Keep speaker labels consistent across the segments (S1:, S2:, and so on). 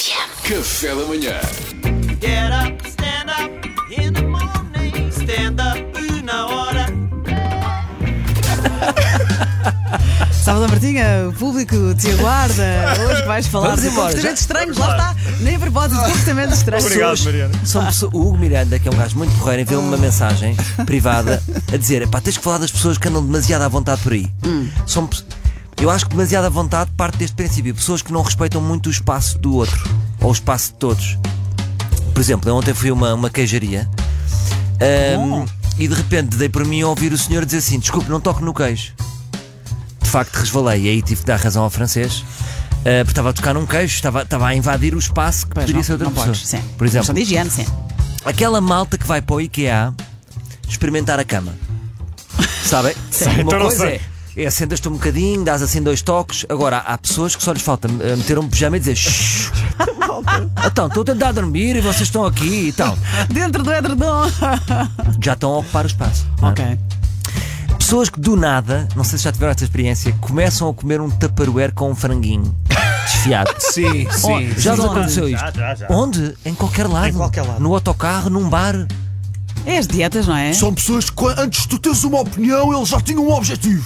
S1: Café da manhã.
S2: Get up, stand up in the morning. Stand up na hora.
S3: Salve Martinha, o público te aguarda. Hoje vais falar
S4: Vamos
S3: de
S4: embora,
S3: comportamentos estranhos. Lá está, nem a propósito de comportamentos estranhos.
S5: Obrigado, Mariana.
S4: São pessoas, o Hugo Miranda, que é um gajo muito porreiro, enviou-me uma mensagem privada a dizer: pá, tens que falar das pessoas que andam demasiado à vontade por aí.
S3: Hum.
S4: São, pe- eu acho que demasiado à vontade parte deste princípio: pessoas que não respeitam muito o espaço do outro ou o espaço de todos. Por exemplo, eu ontem fui a uma, uma queijaria ahm,
S3: Oh.
S4: e de repente dei por mim a ouvir o senhor dizer assim: desculpe, não toque no queijo. De facto, resvalei e aí tive de dar razão ao francês. ah, porque estava a tocar num queijo, estava, estava a invadir o espaço que
S3: Pois
S4: poderia
S3: não,
S4: ser outra
S3: não
S4: pessoa.
S3: podes, sim.
S4: Por exemplo,
S3: Questão de higiene, sim.
S4: Aquela malta que vai para o IKEA experimentar a cama. Sabem? Uma
S5: Então não
S4: coisa
S5: sei.
S4: é, é sentas-te um bocadinho, dás assim dois toques. Agora, há pessoas que só lhes falta eh, meter um pijama e dizer "Shhh". Então, estou a tentar dormir e vocês estão aqui e tal.
S3: Dentro do edredom.
S4: Já estão a ocupar o espaço. não é?
S3: Ok.
S4: Pessoas que do nada, não sei se já tiveram esta experiência, começam a comer um taparuer com um franguinho desfiado. Oh,
S5: Sim, sim.
S4: já vos aconteceu isto?
S5: Já, já, já.
S4: Onde? Em qualquer lado.
S5: Em qualquer lado.
S4: No autocarro, num bar.
S3: É as dietas, não é?
S6: São pessoas que, antes de tu teres uma opinião, eles já tinham um objetivo.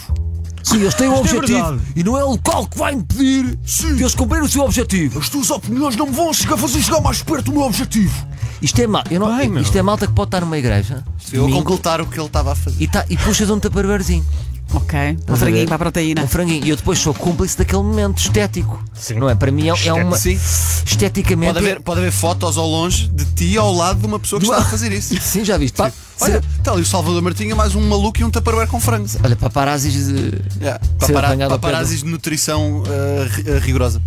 S4: Sim, eles têm um
S5: Isto é
S4: objetivo
S5: verdade.
S4: e não é o local que vai impedir
S6: Sim.
S4: que eles cumprem o seu objetivo.
S6: As tuas opiniões não me vão chegar, fazer chegar mais perto do meu objetivo.
S4: Isto é, mal, eu não, isto é malta que pode estar numa igreja
S7: Eu a
S4: domingo,
S7: completar o que ele estava a fazer.
S4: e, tá, e puxas um taparuerzinho,
S3: Ok. Um
S4: a
S3: franguinho
S4: ver?
S3: para a proteína.
S4: um franguinho, e eu depois sou cúmplice daquele momento estético.
S5: Sim.
S4: Não é? Para mim é, é uma.
S7: Sim.
S4: Esteticamente. é-
S7: Pode haver, pode haver fotos ao longe de ti ao lado de uma pessoa que
S4: Do-
S7: está a fazer isso.
S4: Sim, já viste. Pá,
S7: Olha,
S4: ser-
S7: está ali o Salvador Martinha, mais um maluco e um taparoeiro com frango.
S4: olha, eh, paparazzis de.
S7: Yeah.
S4: Ser
S7: Papara-
S4: apanhado ao pé
S7: Paparazzi de nutrição eh, ri- eh, rigorosa.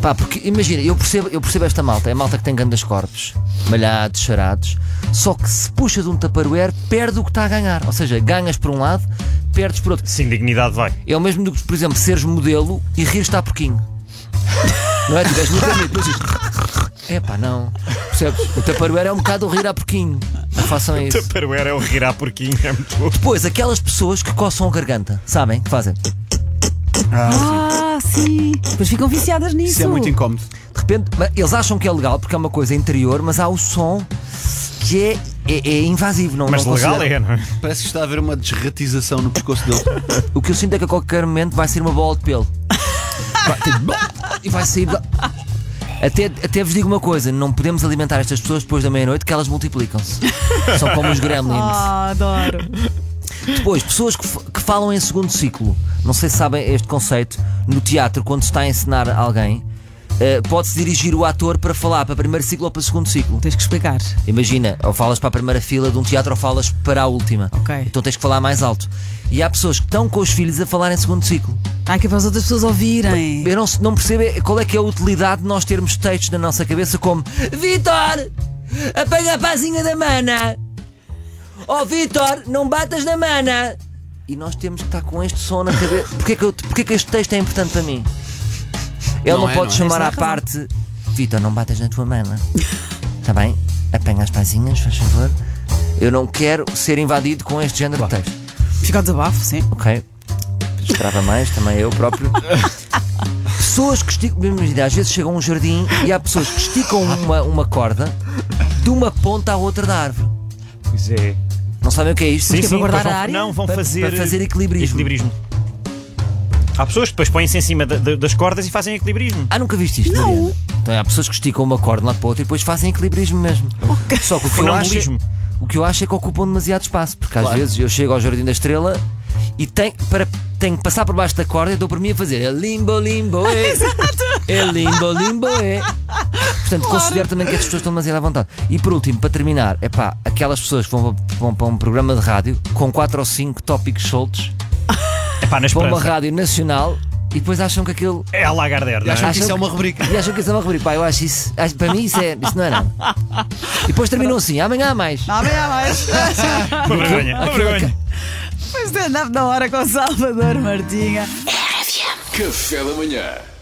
S4: Pá, porque imagina, eu percebo, eu percebo esta malta, é a malta que tem grandes corpos, malhados, charados, só que se puxa de um taparuer, perde o que está a ganhar. Ou seja, ganhas por um lado, perdes por outro.
S5: Sim, dignidade vai.
S4: É o mesmo do que, por exemplo, seres modelo e rir a porquinho. Não é? Tu vês no caminho, depois dizes, Epá, É não. Percebes? O taparuera é um bocado o rir a porquinho. Não façam isso.
S5: Taparuera é o rir à porquinha, é muito bom.
S4: Depois, aquelas pessoas que coçam a garganta, sabem? Que fazem. De
S3: Ah, sim. Depois ficam viciadas nisso.
S7: Isso é muito incómodo.
S4: repente, mas eles acham que é legal porque é uma coisa interior, mas há o som que é, é, é invasivo. Não,
S5: Mas
S4: não
S5: legal
S4: considero.
S5: é, não é?
S7: Parece que está a haver uma desratização no pescoço dele.
S4: O que eu sinto é que a qualquer momento vai ser uma bola de pelo. Vai, tipo, e vai sair. da- Até, até vos digo uma coisa: não podemos alimentar estas pessoas depois da meia-noite que elas multiplicam-se. São como os gremlins.
S3: Ah, adoro.
S4: Depois, pessoas que, f- que falam em segundo ciclo. Não sei se sabem este conceito. No teatro, quando se está a ensinar alguém, eh, pode-se dirigir o ator para falar para primeiro ciclo ou para segundo ciclo.
S3: Tens que explicar.
S4: Imagina, ou falas para a primeira fila de um teatro ou falas para a última.
S3: Ok.
S4: Então tens que falar mais alto. E há pessoas que estão com os filhos a falar em segundo ciclo.
S3: Ah, que é para as outras pessoas ouvirem.
S4: Eu não, não percebo é- qual é que é a utilidade de nós termos textos na nossa cabeça como Vitor, apanha a pazinha da mana. Oh Vitor, não batas na mana. E nós temos que estar com este som na cabeça. Porquê que, eu- porquê que este texto é importante para mim? Ele não,
S7: Não é,
S4: pode
S7: não é.
S4: chamar
S3: Tens
S4: à
S3: razão.
S4: parte Vitor, não batas na tua mana. Está bem? Apanha as pazinhas, faz favor. Eu não quero ser invadido com este género de texto.
S3: Fica o desabafo, sim.
S4: Ok. Esperava mais, também eu próprio. pessoas que esticam. Imagina, às vezes chegam a um jardim e há pessoas que esticam uma, uma corda de uma ponta à outra da árvore.
S5: Pois é.
S4: Não sabem o que é isto?
S5: Sim,
S3: para
S5: sim,
S3: guardar
S5: depois vão-
S3: a área?
S5: Não, vão
S4: Para-
S5: fazer.
S4: para fazer equilibrismo.
S5: equilibrismo. Há pessoas que depois põem-se em cima da- da- das cordas e fazem equilibrismo.
S4: Ah, nunca viste isto?
S3: Não.
S4: Mariana? Então há pessoas que esticam uma corda de um lado para o outro e depois fazem equilibrismo mesmo. Só que o que eu acho.
S5: Funambulismo.
S4: O que eu acho é que ocupam demasiado espaço, porque às vezes eu chego ao Jardim da Estrela e tenho, para, tenho que passar por baixo da corda e dou por mim a fazer é limbo, limbo, é. É limbo, limbo, é. Portanto, considero também que as pessoas estão demasiado à vontade. E por último, para terminar, é pá, aquelas pessoas que vão, vão para um programa de rádio com 4 ou 5 tópicos soltos,
S5: É pá,
S4: vão para uma
S5: na esperança.
S4: rádio nacional e depois acham que aquilo.
S5: É a Lagardère, não é?
S7: Acham
S4: Acham
S7: que isso é
S4: que-
S7: uma rubrica.
S4: E acham que isso é uma rubrica. Pá, eu acho isso. acho- para mim, isso, é, isso não é nada. E depois terminou assim: amanhã há mais.
S3: Amanhã há mais.
S5: Uma vergonha. Uma vergonha.
S3: é, Pois stand-up da hora com Salvador Martinha.
S1: Café da manhã.